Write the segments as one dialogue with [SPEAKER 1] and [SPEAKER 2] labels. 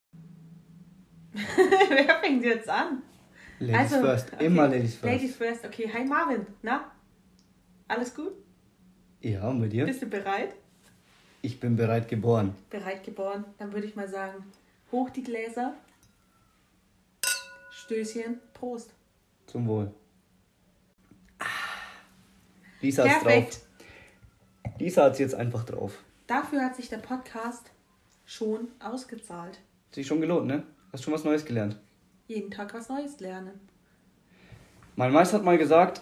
[SPEAKER 1] Wer fängt jetzt an?
[SPEAKER 2] Ladies first, immer
[SPEAKER 1] Also, okay.
[SPEAKER 2] Ladies first.
[SPEAKER 1] Ladies first, okay. Hi Marvin, na? Alles gut?
[SPEAKER 2] Ja, und bei dir?
[SPEAKER 1] Bist du bereit?
[SPEAKER 2] Ich bin bereit geboren.
[SPEAKER 1] Bereit geboren. Dann würde ich mal sagen, hoch die Gläser. Stößchen, Prost.
[SPEAKER 2] Zum Wohl. Ah. Lisa hat's
[SPEAKER 1] Perfekt.
[SPEAKER 2] drauf. Lisa hat's jetzt einfach drauf.
[SPEAKER 1] Dafür hat sich der Podcast schon ausgezahlt.
[SPEAKER 2] Hat sich schon gelohnt, ne? Hast schon was Neues gelernt.
[SPEAKER 1] Jeden Tag was Neues lernen.
[SPEAKER 2] Mein Meister hat mal gesagt,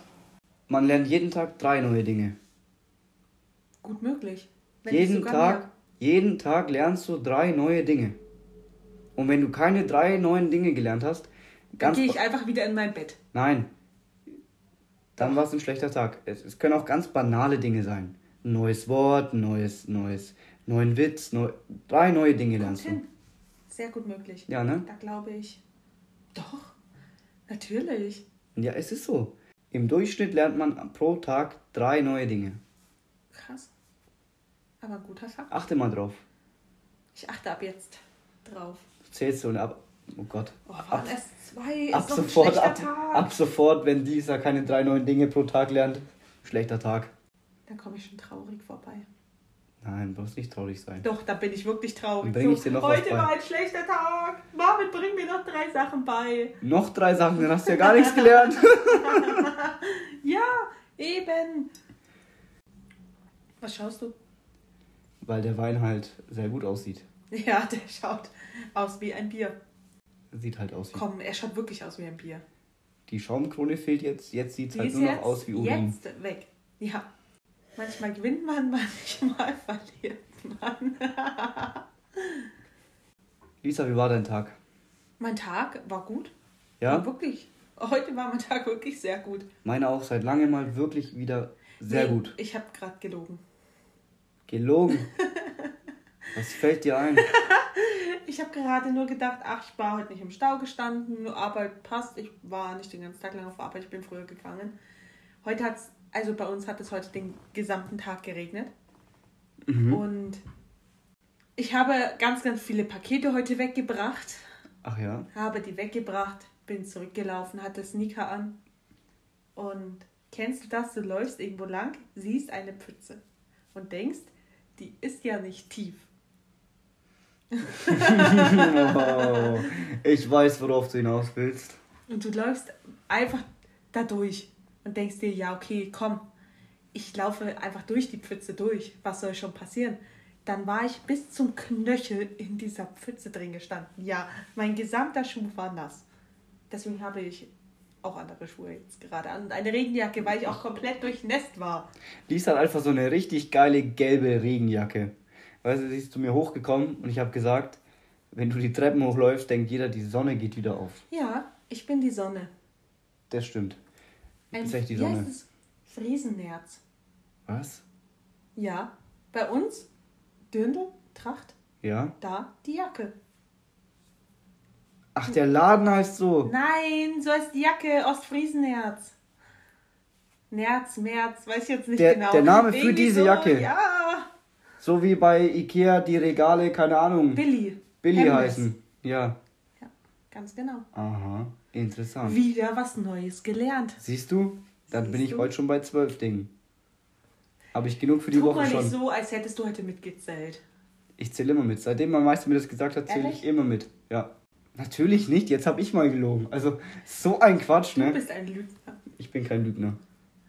[SPEAKER 2] man lernt jeden Tag drei neue Dinge.
[SPEAKER 1] Gut möglich. Wenn nicht
[SPEAKER 2] jeden
[SPEAKER 1] sogar
[SPEAKER 2] Tag,
[SPEAKER 1] mehr.
[SPEAKER 2] jeden Tag lernst du drei neue Dinge. Und wenn du keine drei neuen Dinge gelernt hast,
[SPEAKER 1] Dann
[SPEAKER 2] ganz
[SPEAKER 1] gehe
[SPEAKER 2] ba-
[SPEAKER 1] ich einfach wieder in mein Bett.
[SPEAKER 2] Nein. Dann war es ein schlechter Tag. Es, es können auch ganz banale Dinge sein. Ein neues Wort, ein neues, neues, neuen Witz, neu, drei neue Dinge lernst du.
[SPEAKER 1] Hin. Sehr gut möglich.
[SPEAKER 2] Ja, ne?
[SPEAKER 1] Da glaube ich. Doch, natürlich.
[SPEAKER 2] Ja, es ist so. Im Durchschnitt lernt man pro Tag drei neue Dinge.
[SPEAKER 1] Krass. Aber ein guter Fakt.
[SPEAKER 2] Achte mal drauf.
[SPEAKER 1] Ich achte ab jetzt drauf.
[SPEAKER 2] Zählst du und ab. Oh Gott.
[SPEAKER 1] Oh,
[SPEAKER 2] ab,
[SPEAKER 1] waren erst zwei?
[SPEAKER 2] ab
[SPEAKER 1] ist noch ein
[SPEAKER 2] sofort,
[SPEAKER 1] schlechter
[SPEAKER 2] ab,
[SPEAKER 1] Tag.
[SPEAKER 2] ab sofort, wenn dieser keine drei neuen Dinge pro Tag lernt, schlechter Tag.
[SPEAKER 1] Da komme ich schon traurig vorbei.
[SPEAKER 2] Nein, bloß nicht traurig sein.
[SPEAKER 1] Doch, da bin ich wirklich traurig.
[SPEAKER 2] Dann bring ich dir noch was
[SPEAKER 1] heute
[SPEAKER 2] bei.
[SPEAKER 1] war ein schlechter Tag. Marvin, bring mir noch drei Sachen bei.
[SPEAKER 2] Noch drei Sachen, dann hast du ja gar nichts gelernt.
[SPEAKER 1] Ja, eben. Was schaust du?
[SPEAKER 2] Weil der Wein halt sehr gut aussieht.
[SPEAKER 1] Ja, der schaut aus wie ein Bier.
[SPEAKER 2] Sieht halt aus wie.
[SPEAKER 1] Komm, er schaut wirklich aus wie ein Bier.
[SPEAKER 2] Die Schaumkrone fehlt jetzt. Jetzt sieht es
[SPEAKER 1] Die
[SPEAKER 2] halt
[SPEAKER 1] ist
[SPEAKER 2] nur noch
[SPEAKER 1] jetzt-
[SPEAKER 2] aus wie Urin.
[SPEAKER 1] Jetzt weg. Ja. Manchmal gewinnt man, manchmal verliert man.
[SPEAKER 2] Lisa, wie war dein Tag?
[SPEAKER 1] Mein Tag war gut.
[SPEAKER 2] Ja?
[SPEAKER 1] Wirklich. Heute war mein Tag wirklich sehr gut.
[SPEAKER 2] Meiner auch seit langem mal wirklich wieder sehr
[SPEAKER 1] Nee,
[SPEAKER 2] gut.
[SPEAKER 1] Ich habe gerade gelogen.
[SPEAKER 2] Gelogen. Was fällt dir ein?
[SPEAKER 1] Ich habe gerade nur gedacht, ach, ich war heute nicht im Stau gestanden, Arbeit passt. Ich war nicht den ganzen Tag lang auf Arbeit, ich bin früher gegangen. Heute hat's, also bei uns hat es heute den gesamten Tag geregnet.
[SPEAKER 2] Mhm.
[SPEAKER 1] Und ich habe ganz, ganz viele Pakete heute weggebracht,
[SPEAKER 2] Ach ja.
[SPEAKER 1] habe die weggebracht, bin zurückgelaufen, hatte Sneaker an. Und kennst du das? Du läufst irgendwo lang, siehst eine Pfütze und denkst, die ist ja nicht tief.
[SPEAKER 2] Oh, ich weiß, worauf du hinaus willst.
[SPEAKER 1] Und du läufst einfach da durch und denkst dir, ja, okay, komm, ich laufe einfach durch die Pfütze durch. Was soll schon passieren? Dann war ich bis zum Knöchel in dieser Pfütze drin gestanden. Ja, mein gesamter Schuh war nass. Deswegen habe ich auch andere Schuhe jetzt gerade an. Und eine Regenjacke, weil ich auch komplett durchnässt war.
[SPEAKER 2] Lisa hat einfach so eine richtig geile gelbe Regenjacke. Weißt du, sie ist zu mir hochgekommen und ich habe gesagt, wenn du die Treppen hochläufst, denkt jeder, die Sonne geht wieder auf.
[SPEAKER 1] Ja, ich bin die Sonne.
[SPEAKER 2] Das stimmt. Ist echt die
[SPEAKER 1] wie heißt
[SPEAKER 2] Sonne.
[SPEAKER 1] es? Friesennerz.
[SPEAKER 2] Was?
[SPEAKER 1] Ja, bei uns Dirndl, Tracht,
[SPEAKER 2] Ja?
[SPEAKER 1] da die Jacke.
[SPEAKER 2] Ach, der Laden heißt so.
[SPEAKER 1] Nein, so heißt die Jacke Ostfriesenherz. Nerz, Merz, weiß ich jetzt nicht
[SPEAKER 2] Der-
[SPEAKER 1] genau.
[SPEAKER 2] der Name für
[SPEAKER 1] Irgendwie
[SPEAKER 2] diese
[SPEAKER 1] so,
[SPEAKER 2] Jacke.
[SPEAKER 1] Ja,
[SPEAKER 2] So wie bei Ikea die Regale, keine Ahnung,
[SPEAKER 1] Billy.
[SPEAKER 2] Billy
[SPEAKER 1] Hemdes.
[SPEAKER 2] heißen. Ja.
[SPEAKER 1] Ja, ganz genau.
[SPEAKER 2] Aha, interessant.
[SPEAKER 1] Wieder was Neues gelernt.
[SPEAKER 2] Siehst du? Dann bin
[SPEAKER 1] Siehst
[SPEAKER 2] ich
[SPEAKER 1] du?
[SPEAKER 2] heute schon bei zwölf Dingen. Habe ich genug für die
[SPEAKER 1] Guck
[SPEAKER 2] Woche
[SPEAKER 1] mal
[SPEAKER 2] schon.
[SPEAKER 1] nicht so, als hättest du heute mitgezählt.
[SPEAKER 2] Ich zähle immer mit. Seitdem mein Meister mir das gesagt hat, zähle
[SPEAKER 1] Ehrlich?
[SPEAKER 2] ich immer mit. Ja. Natürlich nicht, jetzt habe ich mal gelogen. Also, so ein Quatsch,
[SPEAKER 1] Du
[SPEAKER 2] ne?
[SPEAKER 1] bist ein Lügner.
[SPEAKER 2] Ich bin kein Lügner.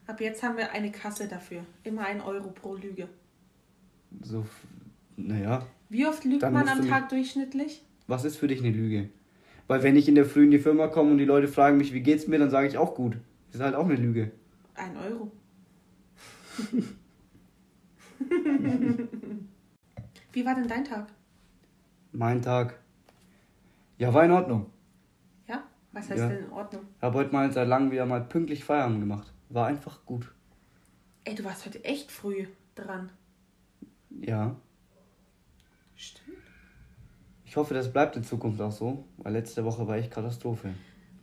[SPEAKER 1] Ab jetzt haben wir eine Kasse dafür. Immer ein Euro pro Lüge.
[SPEAKER 2] So, f- naja.
[SPEAKER 1] Wie oft lügt
[SPEAKER 2] Dann
[SPEAKER 1] man
[SPEAKER 2] musst
[SPEAKER 1] am
[SPEAKER 2] du mich-
[SPEAKER 1] Tag durchschnittlich?
[SPEAKER 2] Was ist für dich eine Lüge? Weil wenn ich in der Früh in die Firma komme und die Leute fragen mich, wie geht's mir, dann sage ich auch gut. Ist halt auch eine Lüge.
[SPEAKER 1] Ein Euro. Wie war denn dein Tag?
[SPEAKER 2] Mein Tag. Ja, war in Ordnung.
[SPEAKER 1] Ja? Was heißt
[SPEAKER 2] Ja.
[SPEAKER 1] denn in Ordnung?
[SPEAKER 2] Habe heute mal seit langem wieder mal pünktlich Feierabend gemacht. War einfach gut.
[SPEAKER 1] Ey, du warst heute echt früh dran.
[SPEAKER 2] Ja.
[SPEAKER 1] Stimmt.
[SPEAKER 2] Ich hoffe, das bleibt in Zukunft auch so, weil letzte Woche war echt Katastrophe.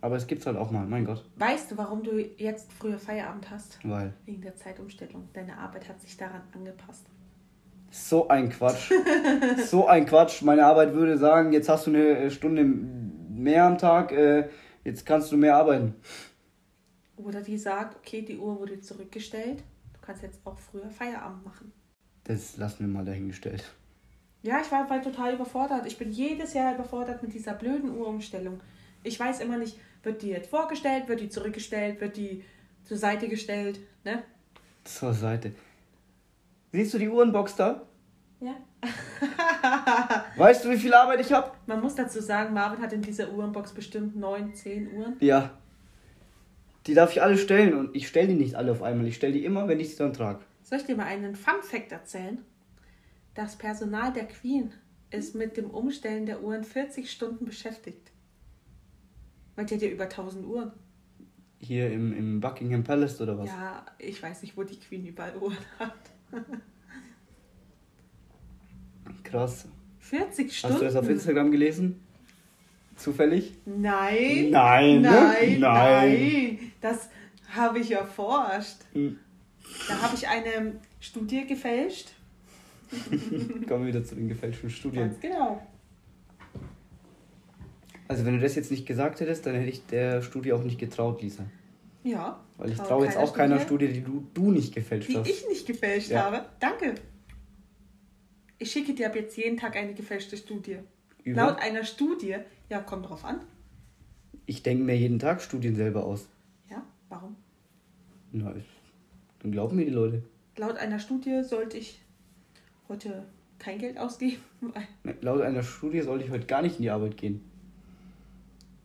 [SPEAKER 2] Aber es gibt's halt auch mal, mein Gott.
[SPEAKER 1] Weißt du, warum du jetzt früher Feierabend hast?
[SPEAKER 2] Weil.
[SPEAKER 1] Wegen der Zeitumstellung. Deine Arbeit hat sich daran angepasst.
[SPEAKER 2] So ein Quatsch. so ein Quatsch. Meine Arbeit würde sagen, jetzt hast du eine äh, Stunde mehr am Tag, äh, jetzt kannst du mehr arbeiten.
[SPEAKER 1] Oder die sagt, okay, die Uhr wurde zurückgestellt, du kannst jetzt auch früher Feierabend machen.
[SPEAKER 2] Das lassen wir mal dahingestellt.
[SPEAKER 1] Ja, ich war halt total überfordert. Ich bin jedes Jahr überfordert mit dieser blöden Uhrumstellung. Ich weiß immer nicht, wird die jetzt vorgestellt, wird die zurückgestellt, wird die zur Seite gestellt, ne?
[SPEAKER 2] Zur Seite. Siehst du die Uhrenbox da?
[SPEAKER 1] Ja.
[SPEAKER 2] Weißt du, wie viel Arbeit ich habe?
[SPEAKER 1] Man muss dazu sagen, Marvin hat in dieser Uhrenbox bestimmt 9, 10 Uhren.
[SPEAKER 2] Ja. Die darf ich alle stellen und ich stelle die nicht alle auf einmal. Ich stelle die immer, wenn ich sie dann trage.
[SPEAKER 1] Soll ich dir mal einen Fun Fact erzählen? Das Personal der Queen ist
[SPEAKER 2] Hm.
[SPEAKER 1] mit dem Umstellen der Uhren 40 Stunden beschäftigt. Weil die hat ja über 1000 Uhren.
[SPEAKER 2] Hier im, im Buckingham Palace oder was?
[SPEAKER 1] Ja, ich weiß nicht, wo die Queen überall Uhren hat.
[SPEAKER 2] Krass.
[SPEAKER 1] 40 Stunden?
[SPEAKER 2] Hast du das auf Instagram gelesen? Zufällig?
[SPEAKER 1] Nein.
[SPEAKER 2] Nein, ne?
[SPEAKER 1] Nein.
[SPEAKER 2] Nein.
[SPEAKER 1] Nein. Das habe ich erforscht.
[SPEAKER 2] Hm.
[SPEAKER 1] Da habe ich eine Studie gefälscht.
[SPEAKER 2] Kommen wir wieder zu den gefälschten Studien.
[SPEAKER 1] Ganz genau.
[SPEAKER 2] Also wenn du das jetzt nicht gesagt hättest, dann hätte ich der Studie auch nicht getraut, Lisa.
[SPEAKER 1] Ja.
[SPEAKER 2] Weil ich
[SPEAKER 1] Trau
[SPEAKER 2] traue jetzt
[SPEAKER 1] keiner
[SPEAKER 2] auch keiner
[SPEAKER 1] Studie,
[SPEAKER 2] Studie, die du, du nicht gefälscht hast.
[SPEAKER 1] Die ich nicht gefälscht
[SPEAKER 2] Ja.
[SPEAKER 1] habe. Danke. Ich schicke dir ab jetzt jeden Tag eine gefälschte Studie.
[SPEAKER 2] Über-
[SPEAKER 1] Laut einer Studie, ja, kommt drauf an.
[SPEAKER 2] Ich denke mir jeden Tag Studien selber aus.
[SPEAKER 1] Ja, warum?
[SPEAKER 2] Na, ist- dann glauben mir die Leute.
[SPEAKER 1] Laut einer Studie sollte ich heute kein Geld ausgeben, weil
[SPEAKER 2] Na, Laut einer Studie sollte ich heute gar nicht in die Arbeit gehen.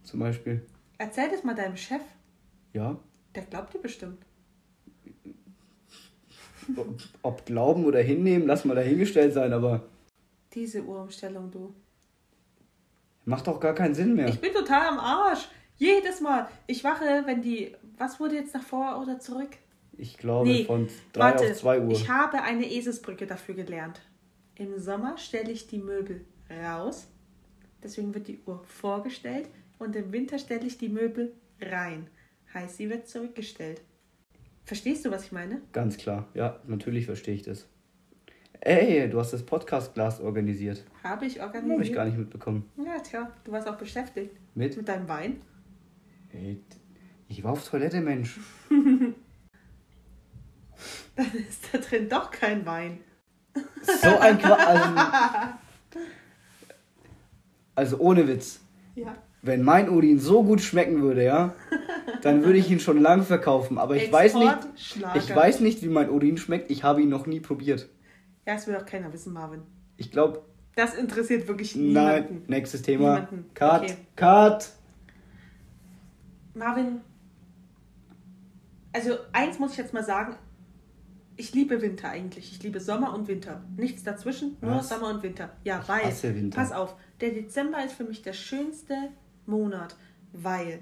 [SPEAKER 2] Zum Beispiel.
[SPEAKER 1] Erzähl das mal deinem Chef.
[SPEAKER 2] Ja.
[SPEAKER 1] Der glaubt dir bestimmt.
[SPEAKER 2] Ob- Ob glauben oder hinnehmen, lass mal dahingestellt sein, aber
[SPEAKER 1] Diese Uhrumstellung, du.
[SPEAKER 2] macht auch gar keinen Sinn mehr.
[SPEAKER 1] Ich bin total am Arsch. Jedes Mal. Ich wache, wenn die. Was wurde jetzt nach vor oder zurück?
[SPEAKER 2] Ich glaube von 3 auf 2 Uhr.
[SPEAKER 1] Ich habe eine Eselsbrücke dafür gelernt. Im Sommer stelle ich die Möbel raus. Deswegen wird die Uhr vorgestellt. Und im Winter stelle ich die Möbel rein. Heißt, sie wird zurückgestellt. Verstehst du, was ich meine?
[SPEAKER 2] Ganz klar. Ja, natürlich verstehe ich das. Ey, du hast das Podcast-Glas organisiert.
[SPEAKER 1] Habe ich organisiert.
[SPEAKER 2] Habe ich gar nicht mitbekommen.
[SPEAKER 1] Ja, tja, du warst auch beschäftigt.
[SPEAKER 2] Mit?
[SPEAKER 1] Mit deinem Wein.
[SPEAKER 2] Ey, ich war auf Toilette, Mensch.
[SPEAKER 1] Dann ist da drin doch kein Wein.
[SPEAKER 2] So ein Qua also, also ohne Witz.
[SPEAKER 1] Ja.
[SPEAKER 2] Wenn mein Urin so gut schmecken würde, ja, dann würde ich ihn schon lang verkaufen. Aber ich weiß nicht,
[SPEAKER 1] Exportschlager.
[SPEAKER 2] ich weiß nicht, wie mein Urin schmeckt. Ich habe ihn noch nie probiert.
[SPEAKER 1] Ja, das will doch keiner wissen, Marvin.
[SPEAKER 2] Ich glaube,
[SPEAKER 1] Das interessiert wirklich niemanden.
[SPEAKER 2] nein. Nächstes Thema.
[SPEAKER 1] Niemanden.
[SPEAKER 2] Cut,
[SPEAKER 1] Okay.
[SPEAKER 2] cut.
[SPEAKER 1] Marvin, also eins muss ich jetzt mal sagen. Ich liebe Winter eigentlich. Ich liebe Sommer und Winter. Nichts dazwischen, nur
[SPEAKER 2] Was?
[SPEAKER 1] Sommer und Winter. Ja, weil.
[SPEAKER 2] hasse Winter.
[SPEAKER 1] Pass auf, der Dezember ist für mich der schönste Monat, weil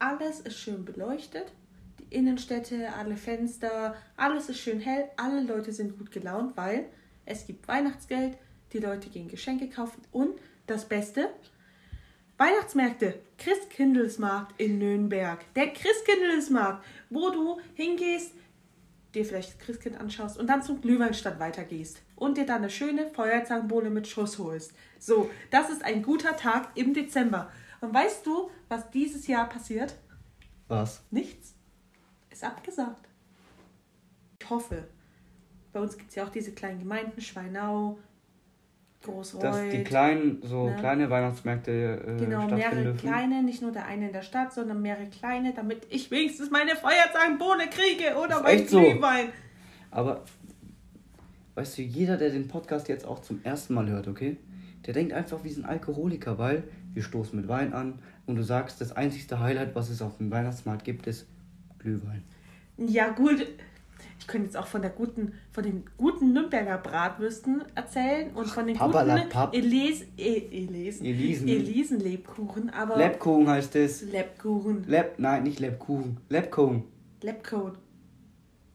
[SPEAKER 1] alles ist schön beleuchtet. Die Innenstädte, alle Fenster, alles ist schön hell. Alle Leute sind gut gelaunt, weil es gibt Weihnachtsgeld, die Leute gehen Geschenke kaufen und das Beste, Weihnachtsmärkte. Christkindlesmarkt in Nürnberg. Der Christkindlesmarkt, wo du hingehst, dir vielleicht das Christkind anschaust und dann zum Glühweinstand weitergehst und dir dann eine schöne Feuerzangenbowle mit Schuss holst. So, das ist ein guter Tag im Dezember. Und weißt du, was dieses Jahr passiert?
[SPEAKER 2] Was?
[SPEAKER 1] Nichts. Ist abgesagt. Ich hoffe. Bei uns gibt es ja auch diese kleinen Gemeinden, Schweinau,
[SPEAKER 2] Dass
[SPEAKER 1] Großreuth.
[SPEAKER 2] die kleinen, so
[SPEAKER 1] ne?
[SPEAKER 2] kleine Weihnachtsmärkte äh,
[SPEAKER 1] Genau,
[SPEAKER 2] stattfinden
[SPEAKER 1] mehrere
[SPEAKER 2] dürfen.
[SPEAKER 1] kleine, nicht nur der eine in der Stadt, sondern mehrere kleine, damit ich wenigstens meine Feuerzangenbohne kriege oder
[SPEAKER 2] Ist
[SPEAKER 1] mein
[SPEAKER 2] echt so.
[SPEAKER 1] Glühwein.
[SPEAKER 2] Aber weißt du, jeder, der den Podcast jetzt auch zum ersten Mal hört, okay, der denkt einfach, wir sind Alkoholiker, weil wir stoßen mit Wein an und du sagst, das einzigste Highlight, was es auf dem Weihnachtsmarkt gibt, ist Glühwein.
[SPEAKER 1] Ja, gut. Ich könnte jetzt auch von der guten, von den guten Nürnberger Bratwürsten erzählen und von den
[SPEAKER 2] Papperlapapp.
[SPEAKER 1] guten Elis, e, Elesen,
[SPEAKER 2] Elisen.
[SPEAKER 1] Elisenlebkuchen, aber
[SPEAKER 2] Lebkuchen heißt es.
[SPEAKER 1] Lebkuchen,
[SPEAKER 2] Leb, nein, nicht Lebkuchen. Lebkuchen.
[SPEAKER 1] Lebkuchen,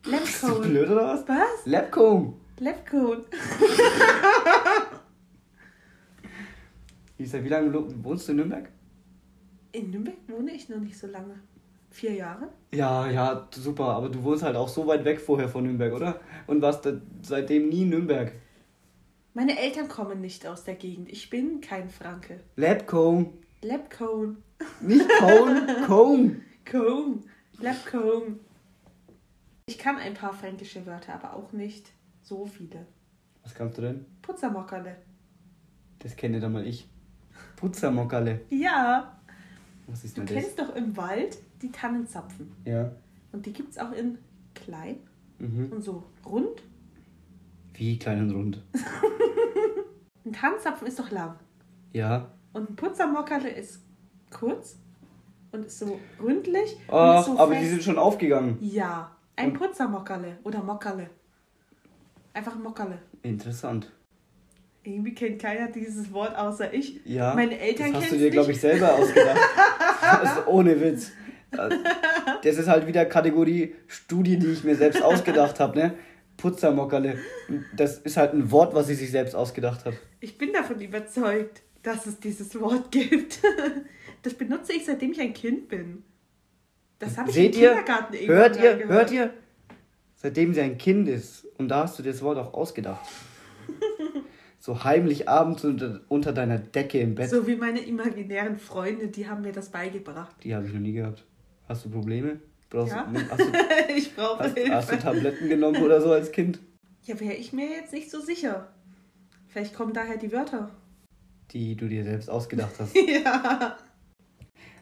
[SPEAKER 2] Bist du
[SPEAKER 1] Lebkuchen,
[SPEAKER 2] blöd oder was?
[SPEAKER 1] was?
[SPEAKER 2] Lebkuchen.
[SPEAKER 1] Lebkuchen.
[SPEAKER 2] Lisa, wie lange lo- wohnst du in Nürnberg?
[SPEAKER 1] In Nürnberg wohne ich noch nicht so lange. Vier Jahre?
[SPEAKER 2] Ja, ja, super, aber du wohnst halt auch so weit weg vorher von Nürnberg, oder? Und warst da seitdem nie in Nürnberg.
[SPEAKER 1] Meine Eltern kommen nicht aus der Gegend. Ich bin kein Franke.
[SPEAKER 2] Lebkuchen.
[SPEAKER 1] Labcone.
[SPEAKER 2] Nicht Cone, Cone.
[SPEAKER 1] Comb. Labcone. Ich kann ein paar fränkische Wörter, aber auch nicht so viele.
[SPEAKER 2] Was kannst du denn?
[SPEAKER 1] Putzermockerle.
[SPEAKER 2] Das kenne dann mal ich. Putzermockerle.
[SPEAKER 1] Ja,
[SPEAKER 2] Was ist
[SPEAKER 1] du
[SPEAKER 2] denn das?
[SPEAKER 1] kennst doch im Wald die Tannenzapfen.
[SPEAKER 2] Ja.
[SPEAKER 1] Und die gibt es auch in klein
[SPEAKER 2] Mhm.
[SPEAKER 1] und so rund.
[SPEAKER 2] Wie klein und rund.
[SPEAKER 1] Ein Tannenzapfen ist doch lang.
[SPEAKER 2] Ja.
[SPEAKER 1] Und ein Putzermockerle ist kurz und ist so ründlich. und
[SPEAKER 2] Ach,
[SPEAKER 1] ist so
[SPEAKER 2] Ah, aber
[SPEAKER 1] fest.
[SPEAKER 2] die sind schon aufgegangen.
[SPEAKER 1] Ja, ein
[SPEAKER 2] Und-
[SPEAKER 1] Putzermockerle oder Mockerle. Einfach ein Mockerle.
[SPEAKER 2] Interessant.
[SPEAKER 1] Irgendwie kennt keiner dieses Wort außer ich.
[SPEAKER 2] Ja.
[SPEAKER 1] Meine Eltern
[SPEAKER 2] Das hast du
[SPEAKER 1] kennen's
[SPEAKER 2] dir, glaube
[SPEAKER 1] nicht.
[SPEAKER 2] ich, selber ausgedacht. das ist ohne Witz. Das ist halt wieder Kategorie Studie, die ich mir selbst ausgedacht habe, ne? Putzermockerle. Das ist halt ein Wort, was sie sich selbst ausgedacht hat.
[SPEAKER 1] Ich bin davon überzeugt, dass es dieses Wort gibt. Das benutze ich, seitdem ich ein Kind bin. Das habe ich
[SPEAKER 2] Seht
[SPEAKER 1] im
[SPEAKER 2] ihr?
[SPEAKER 1] Kindergarten irgendwann
[SPEAKER 2] Hört ihr?
[SPEAKER 1] mal gehört.
[SPEAKER 2] Hört ihr? Seitdem sie ein Kind ist. Und da hast du dir das Wort auch ausgedacht. so heimlich abends unter, unter deiner Decke im Bett.
[SPEAKER 1] So wie meine imaginären Freunde, die haben mir das beigebracht.
[SPEAKER 2] Die habe ich noch nie gehabt. Hast du Probleme? Brauchst
[SPEAKER 1] Ja.
[SPEAKER 2] du, hast, du,
[SPEAKER 1] ich brauche
[SPEAKER 2] hast,
[SPEAKER 1] Hilfe.
[SPEAKER 2] hast du Tabletten genommen oder so als Kind?
[SPEAKER 1] ja, wäre ich mir jetzt nicht so sicher. Vielleicht kommen daher die Wörter.
[SPEAKER 2] Die du dir selbst ausgedacht hast.
[SPEAKER 1] ja.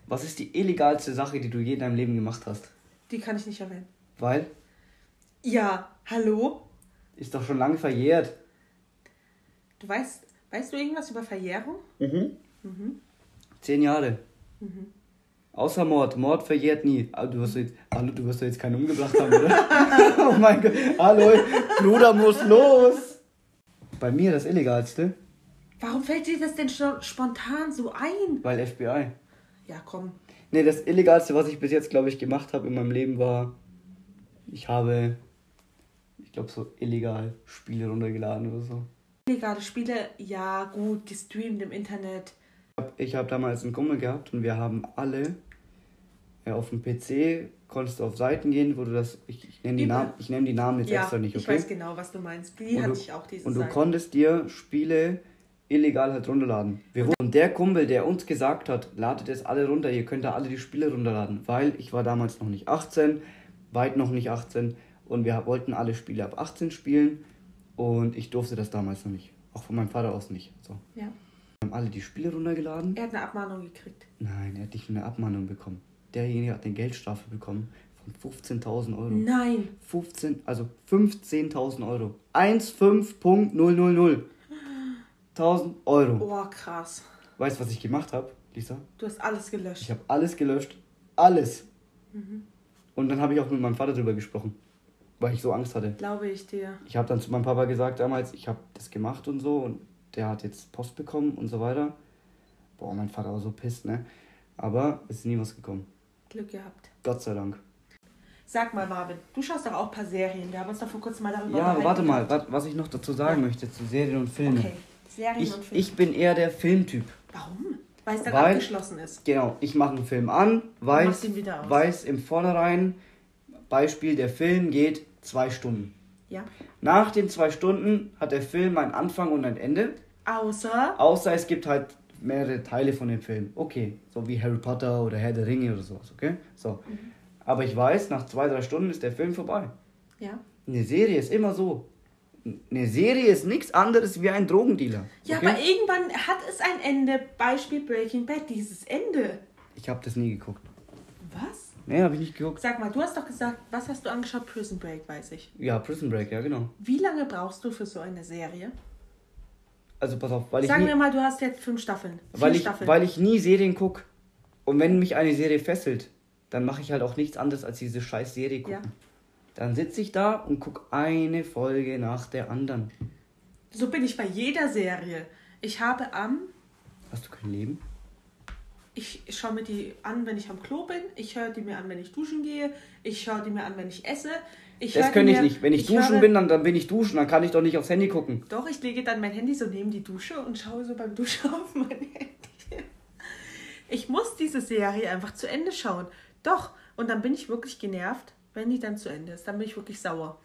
[SPEAKER 2] Was ist die illegalste Sache, die du je in deinem Leben gemacht hast?
[SPEAKER 1] Die kann ich nicht erwähnen.
[SPEAKER 2] Weil,
[SPEAKER 1] Ja, hallo?
[SPEAKER 2] ist doch schon lange verjährt.
[SPEAKER 1] Du weißt, weißt du irgendwas über Verjährung?
[SPEAKER 2] Zehn Jahre. Außer Mord. Mord verjährt nie. Ah, du wirst doch jetzt, hallo, du wirst doch jetzt keinen umgebracht haben, oder? oh mein Gott. Hallo, Bruder muss los. Bei mir das Illegalste,
[SPEAKER 1] Warum fällt dir das denn schon spontan so ein?
[SPEAKER 2] weil FBI.
[SPEAKER 1] Ja, komm.
[SPEAKER 2] Nee, das Illegalste, was ich bis jetzt, glaube ich, gemacht habe in meinem Leben war, ich habe, ich glaube, so illegal Spiele runtergeladen oder so.
[SPEAKER 1] Illegale Spiele, ja, gut, gestreamt im Internet.
[SPEAKER 2] hab- Ich habe damals einen Kumpel gehabt und wir haben alle ja, auf dem PC, konntest du auf Seiten gehen, wo du das. Ich, ich nenne die,
[SPEAKER 1] Über-
[SPEAKER 2] Namen- ich nenn die Namen jetzt
[SPEAKER 1] Ja,
[SPEAKER 2] extra nicht, okay?
[SPEAKER 1] ich weiß genau, was du meinst. Die
[SPEAKER 2] und
[SPEAKER 1] hatte
[SPEAKER 2] du,
[SPEAKER 1] ich auch diese
[SPEAKER 2] Und du
[SPEAKER 1] Seite.
[SPEAKER 2] konntest dir Spiele illegal halt runterladen. Wir, wurden- und der Kumpel, der uns gesagt hat, ladet es alle runter, ihr könnt da alle die Spiele runterladen, weil ich war damals noch nicht 18, weit noch nicht 18 und wir wollten alle Spiele ab 18 spielen und ich durfte das damals noch nicht. Auch von meinem Vater aus nicht. So.
[SPEAKER 1] Ja.
[SPEAKER 2] Wir haben alle die Spiele runtergeladen.
[SPEAKER 1] Er hat eine Abmahnung gekriegt.
[SPEAKER 2] Nein, er hat nicht nur eine Abmahnung bekommen. Derjenige hat eine Geldstrafe bekommen von 15.000 Euro.
[SPEAKER 1] Nein.
[SPEAKER 2] 15, also 15.000 Euro. 15.000. 1000 Euro.
[SPEAKER 1] Oh, krass.
[SPEAKER 2] Weißt du, was ich gemacht habe, Lisa?
[SPEAKER 1] Du hast alles
[SPEAKER 2] Ich
[SPEAKER 1] gelöscht.
[SPEAKER 2] habe alles gelöscht. Alles. Und dann habe ich auch mit meinem Vater drüber gesprochen, weil ich so Angst hatte.
[SPEAKER 1] Glaube ich dir.
[SPEAKER 2] Ich habe dann zu meinem Papa gesagt damals, ich habe das gemacht und so und der hat jetzt Post bekommen und so weiter. Boah, mein Vater war so pisst, ne? Aber es ist nie was gekommen.
[SPEAKER 1] Glück gehabt.
[SPEAKER 2] Gott sei Dank.
[SPEAKER 1] Sag mal, Marvin, du schaust doch auch ein paar Serien. Wir haben uns doch vor kurzem mal darüber
[SPEAKER 2] Ja, aber warte
[SPEAKER 1] unterhalten.
[SPEAKER 2] mal, wat- was ich noch dazu sagen möchte zu Serien und Filmen.
[SPEAKER 1] Okay, Serien
[SPEAKER 2] Ich,
[SPEAKER 1] und Filme.
[SPEAKER 2] ich bin eher der Filmtyp.
[SPEAKER 1] Warum? Weil es dann
[SPEAKER 2] Weil-
[SPEAKER 1] abgeschlossen ist.
[SPEAKER 2] Genau, ich mache einen Film an,
[SPEAKER 1] machst
[SPEAKER 2] weiß,
[SPEAKER 1] ihn wieder aus.
[SPEAKER 2] weiß im Vornherein, Beispiel, der Film geht zwei Stunden.
[SPEAKER 1] Ja.
[SPEAKER 2] Nach den zwei Stunden hat der Film einen Anfang und ein Ende,
[SPEAKER 1] Außer
[SPEAKER 2] außer es gibt halt mehrere Teile von dem Film. Okay, so wie Harry Potter oder Herr der Ringe oder sowas, okay? So.
[SPEAKER 1] Mhm.
[SPEAKER 2] Aber ich weiß, nach zwei, drei Stunden ist der Film vorbei.
[SPEAKER 1] Ja.
[SPEAKER 2] Eine Serie ist immer so. Eine Serie ist nichts anderes wie ein Drogendealer.
[SPEAKER 1] Ja,
[SPEAKER 2] okay?
[SPEAKER 1] aber irgendwann hat es ein Ende. Beispiel Breaking Bad, dieses Ende.
[SPEAKER 2] ich habe das nie geguckt.
[SPEAKER 1] Was?
[SPEAKER 2] Nee, habe ich nicht geguckt.
[SPEAKER 1] Sag mal, du hast doch gesagt, was hast du angeschaut? Prison Break, weiß ich.
[SPEAKER 2] Ja, Prison Break, ja genau.
[SPEAKER 1] Wie lange brauchst du für so eine Serie?
[SPEAKER 2] Also pass auf, weil ich
[SPEAKER 1] Sagen
[SPEAKER 2] nie,
[SPEAKER 1] wir mal, du hast jetzt fünf Staffeln. Vier
[SPEAKER 2] weil ich,
[SPEAKER 1] Staffeln.
[SPEAKER 2] weil ich nie Serien gucke. Und wenn mich eine Serie fesselt, dann mache ich halt auch nichts anderes als diese scheiß Serie gucken.
[SPEAKER 1] ja.
[SPEAKER 2] Dann sitze ich da und gucke eine Folge nach der anderen.
[SPEAKER 1] So bin ich bei jeder Serie. Ich habe am.
[SPEAKER 2] Hast du kein Leben?
[SPEAKER 1] Ich schaue mir die an, wenn ich am Klo bin. Ich höre die mir an, wenn ich duschen gehe. Ich schaue die mir an, wenn ich esse. Ich höre
[SPEAKER 2] das
[SPEAKER 1] die
[SPEAKER 2] kann ich
[SPEAKER 1] mir-
[SPEAKER 2] nicht. Wenn ich, duschen
[SPEAKER 1] höre-
[SPEAKER 2] bin, dann, dann bin ich duschen. Dann kann ich doch nicht aufs Handy gucken.
[SPEAKER 1] Doch, ich lege dann mein Handy so neben die Dusche und schaue so beim Duschen auf mein Handy. Ich muss diese Serie einfach zu Ende schauen. Doch, und dann bin ich wirklich genervt, wenn die dann zu Ende ist. Dann bin ich wirklich sauer.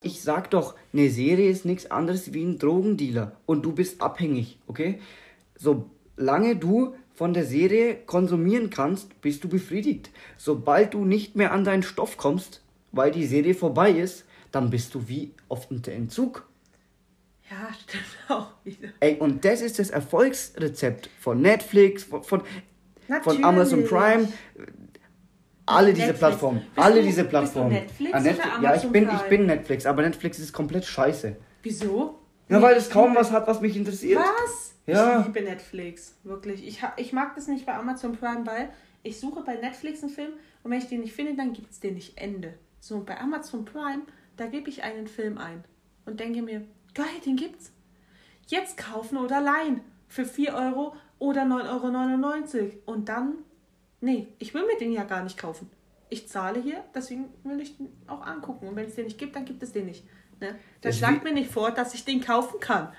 [SPEAKER 2] Ich sag doch, eine Serie ist nichts anderes wie ein Drogendealer und du bist abhängig, okay? Solange du von der Serie konsumieren kannst, bist du befriedigt. Sobald du nicht mehr an deinen Stoff kommst, weil die Serie vorbei ist, dann bist du wie auf unter Entzug.
[SPEAKER 1] Ja, stimmt auch wieder.
[SPEAKER 2] Ey, und das ist das Erfolgsrezept von Netflix, von, von, von Amazon
[SPEAKER 1] Natürlich.
[SPEAKER 2] Prime, alle diese
[SPEAKER 1] Netflix.
[SPEAKER 2] Plattformen,
[SPEAKER 1] Bist
[SPEAKER 2] alle
[SPEAKER 1] du-
[SPEAKER 2] diese
[SPEAKER 1] bist du
[SPEAKER 2] Plattformen.
[SPEAKER 1] Netflix
[SPEAKER 2] Ah,
[SPEAKER 1] oder
[SPEAKER 2] ja, ich
[SPEAKER 1] Amazon
[SPEAKER 2] bin, ich
[SPEAKER 1] Prime?
[SPEAKER 2] bin Netflix, aber Netflix ist komplett scheiße.
[SPEAKER 1] Wieso?
[SPEAKER 2] Ja, weil es kaum was hat, was mich interessiert.
[SPEAKER 1] Hm. Was?
[SPEAKER 2] Ja.
[SPEAKER 1] Ich liebe Netflix. Wirklich. Ich, ha- ich mag das nicht bei Amazon Prime, weil ich suche bei Netflix einen Film und wenn ich den nicht finde, dann gibt es den nicht. Ende. So, und bei Amazon Prime, da gebe ich einen Film ein und denke mir, geil, den gibt's. Jetzt kaufen oder leihen. Für 4 Euro oder 9,99 Euro. Und dann, nee, ich will mir den ja gar nicht kaufen. Ich zahle hier, deswegen will ich den auch angucken. Und wenn es den nicht gibt, dann gibt es den nicht. Ne?
[SPEAKER 2] Das
[SPEAKER 1] Das
[SPEAKER 2] ist
[SPEAKER 1] schlagt
[SPEAKER 2] wie-
[SPEAKER 1] mir nicht vor, dass ich den kaufen kann.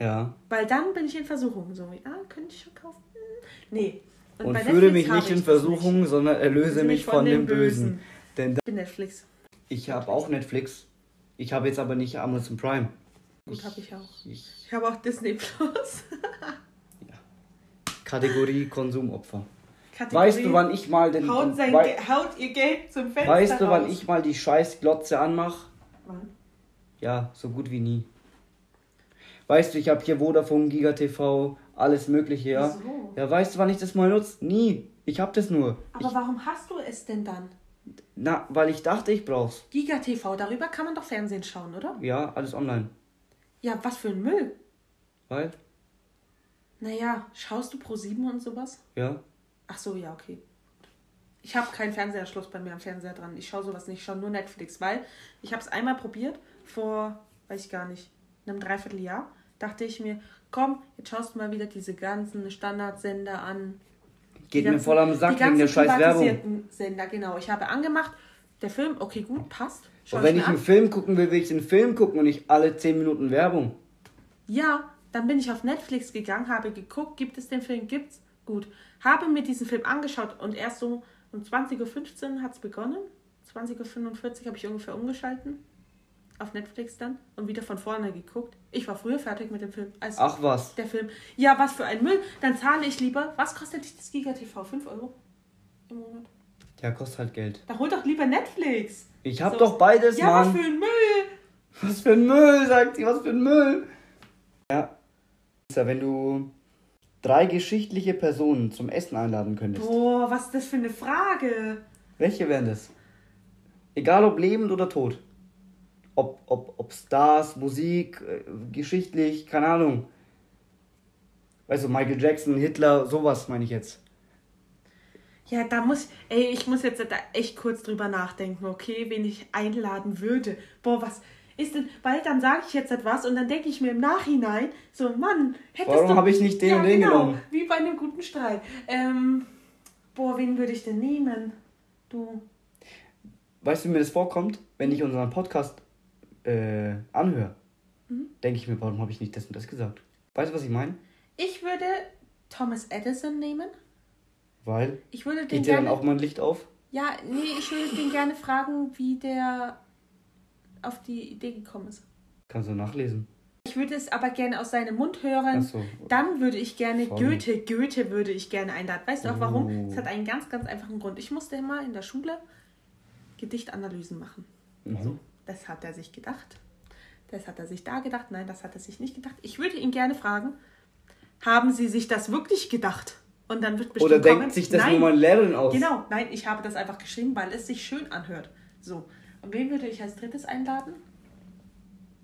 [SPEAKER 2] Ja.
[SPEAKER 1] Weil dann bin ich in Versuchung. So, ja, könnte ich schon kaufen? Hm, Nee.
[SPEAKER 2] Und
[SPEAKER 1] bei
[SPEAKER 2] führe
[SPEAKER 1] Netflix
[SPEAKER 2] mich
[SPEAKER 1] habe
[SPEAKER 2] nicht
[SPEAKER 1] ich
[SPEAKER 2] in
[SPEAKER 1] das
[SPEAKER 2] Versuchung,
[SPEAKER 1] nicht.
[SPEAKER 2] sondern erlöse mich von, dem Bösen. Denn da-
[SPEAKER 1] Ich bin Netflix.
[SPEAKER 2] ich habe auch Netflix. Ich habe jetzt aber nicht Amazon Prime.
[SPEAKER 1] Gut, habe ich auch.
[SPEAKER 2] Ich,
[SPEAKER 1] Ich habe auch Disney Plus.
[SPEAKER 2] Kategorie Konsumopfer.
[SPEAKER 1] Kategorie
[SPEAKER 2] Weißt du, wann ich mal den.
[SPEAKER 1] Haut, sein
[SPEAKER 2] wei-
[SPEAKER 1] Ge haut ihr Geld zum Fenster
[SPEAKER 2] weißt du, wann
[SPEAKER 1] raus.
[SPEAKER 2] ich mal die scheiß Glotze anmache?
[SPEAKER 1] Wann?
[SPEAKER 2] Ja, so gut wie nie. Weißt du, ich habe hier Vodafone, Giga TV, alles Mögliche, ja.
[SPEAKER 1] Wieso?
[SPEAKER 2] Ja, weißt du, wann ich das mal nutze? Nie. Ich habe das nur.
[SPEAKER 1] Aber warum hast du es denn dann?
[SPEAKER 2] Na, weil ich dachte, ich brauch's.
[SPEAKER 1] Giga TV, darüber kann man doch Fernsehen schauen, oder?
[SPEAKER 2] Ja, alles online.
[SPEAKER 1] Ja, was für ein Müll.
[SPEAKER 2] Weil?
[SPEAKER 1] Naja, schaust du pro 7 und sowas?
[SPEAKER 2] Ja.
[SPEAKER 1] Ach so, ja, okay. Ich habe keinen Fernseherschluss bei mir am Fernseher dran. Ich schaue sowas nicht, ich schaue nur Netflix, weil ich habe es einmal probiert vor, weiß ich gar nicht, einem Dreivierteljahr. Dachte ich mir, komm, jetzt schaust du mal wieder diese ganzen Standardsender an. Die
[SPEAKER 2] Geht mir
[SPEAKER 1] ganzen-
[SPEAKER 2] voll am
[SPEAKER 1] die
[SPEAKER 2] Sack wegen
[SPEAKER 1] ganzen
[SPEAKER 2] der scheiß Werbung.
[SPEAKER 1] privatisierten Sender, genau. Ich habe angemacht, der Film, okay, gut, passt. Schau
[SPEAKER 2] Und wenn
[SPEAKER 1] mir
[SPEAKER 2] ich
[SPEAKER 1] an.
[SPEAKER 2] einen Film gucken will, will ich den Film gucken und nicht alle 10 Minuten Werbung.
[SPEAKER 1] Ja, dann bin ich auf Netflix gegangen, habe geguckt, gibt es den Film, gibt's? Gut. Habe mir diesen Film angeschaut und erst so um 20.15 Uhr hat es begonnen. 20.45 Uhr habe ich ungefähr umgeschalten. Auf Netflix dann und wieder von vorne geguckt. Ich war früher fertig mit dem Film. als
[SPEAKER 2] Ach was.
[SPEAKER 1] Der Film. Ja, was für ein Müll. Dann zahle ich lieber. Was kostet dich das Giga TV? 5 Euro im Monat.
[SPEAKER 2] Der kostet halt Geld.
[SPEAKER 1] Dann hol doch lieber Netflix.
[SPEAKER 2] Ich hab
[SPEAKER 1] So.
[SPEAKER 2] doch beides,
[SPEAKER 1] Ja, was
[SPEAKER 2] Mann.
[SPEAKER 1] für ein Müll.
[SPEAKER 2] Was für ein Müll, sagt sie, was für ein Müll. Ja. Lisa, Wenn du drei geschichtliche Personen zum Essen einladen könntest,
[SPEAKER 1] Boah, was ist das für eine Frage?
[SPEAKER 2] welche wären das? Egal ob lebend oder tot. Ob, ob, ob Stars, Musik, äh, geschichtlich, keine Ahnung. Weißt du, Michael Jackson, Hitler, sowas meine ich jetzt.
[SPEAKER 1] Ja, da muss, ey, ich muss jetzt da echt kurz drüber nachdenken, okay, wen ich einladen würde. Boah, was ist denn, weil dann sage ich jetzt etwas und dann denke ich mir im Nachhinein, so, Mann, hättest
[SPEAKER 2] Warum
[SPEAKER 1] du... genau,
[SPEAKER 2] habe ich nicht den und den genommen?
[SPEAKER 1] wie bei einem guten Streit. Ähm, boah, wen würde ich denn nehmen? Du,
[SPEAKER 2] Weißt du, wie mir das vorkommt, wenn ich unseren Podcast äh, anhöre?
[SPEAKER 1] Mhm.
[SPEAKER 2] Denke ich mir, warum habe ich nicht das und das gesagt? Weißt du, was ich meine?
[SPEAKER 1] ich würde Thomas Edison nehmen.
[SPEAKER 2] Weil.
[SPEAKER 1] Ich würde den
[SPEAKER 2] Geht dir dann
[SPEAKER 1] gerne...
[SPEAKER 2] auch mal ein Licht auf?
[SPEAKER 1] Ja, nee, ich würde den gerne fragen, wie der auf die Idee gekommen ist.
[SPEAKER 2] Kannst du nachlesen.
[SPEAKER 1] Ich würde es aber gerne aus seinem Mund hören.
[SPEAKER 2] Ach so.
[SPEAKER 1] Dann würde ich gerne
[SPEAKER 2] Voll.
[SPEAKER 1] Goethe, Goethe würde ich gerne einladen. Weißt du auch warum?
[SPEAKER 2] Oh.
[SPEAKER 1] Es hat einen ganz, ganz einfachen Grund. Ich musste immer in der Schule Gedichtanalysen machen.
[SPEAKER 2] Mhm.
[SPEAKER 1] Das hat er sich gedacht. Das hat er sich da gedacht. Nein, das hat er sich nicht gedacht. Ich würde ihn gerne fragen, haben Sie sich das wirklich gedacht? Und dann wird bestimmt
[SPEAKER 2] Oder denkt
[SPEAKER 1] kommen,
[SPEAKER 2] sich das
[SPEAKER 1] nein,
[SPEAKER 2] nur meine Lehrerin aus?
[SPEAKER 1] Genau, nein, ich habe das einfach geschrieben, weil es sich schön anhört. So, und wen würde ich als drittes einladen?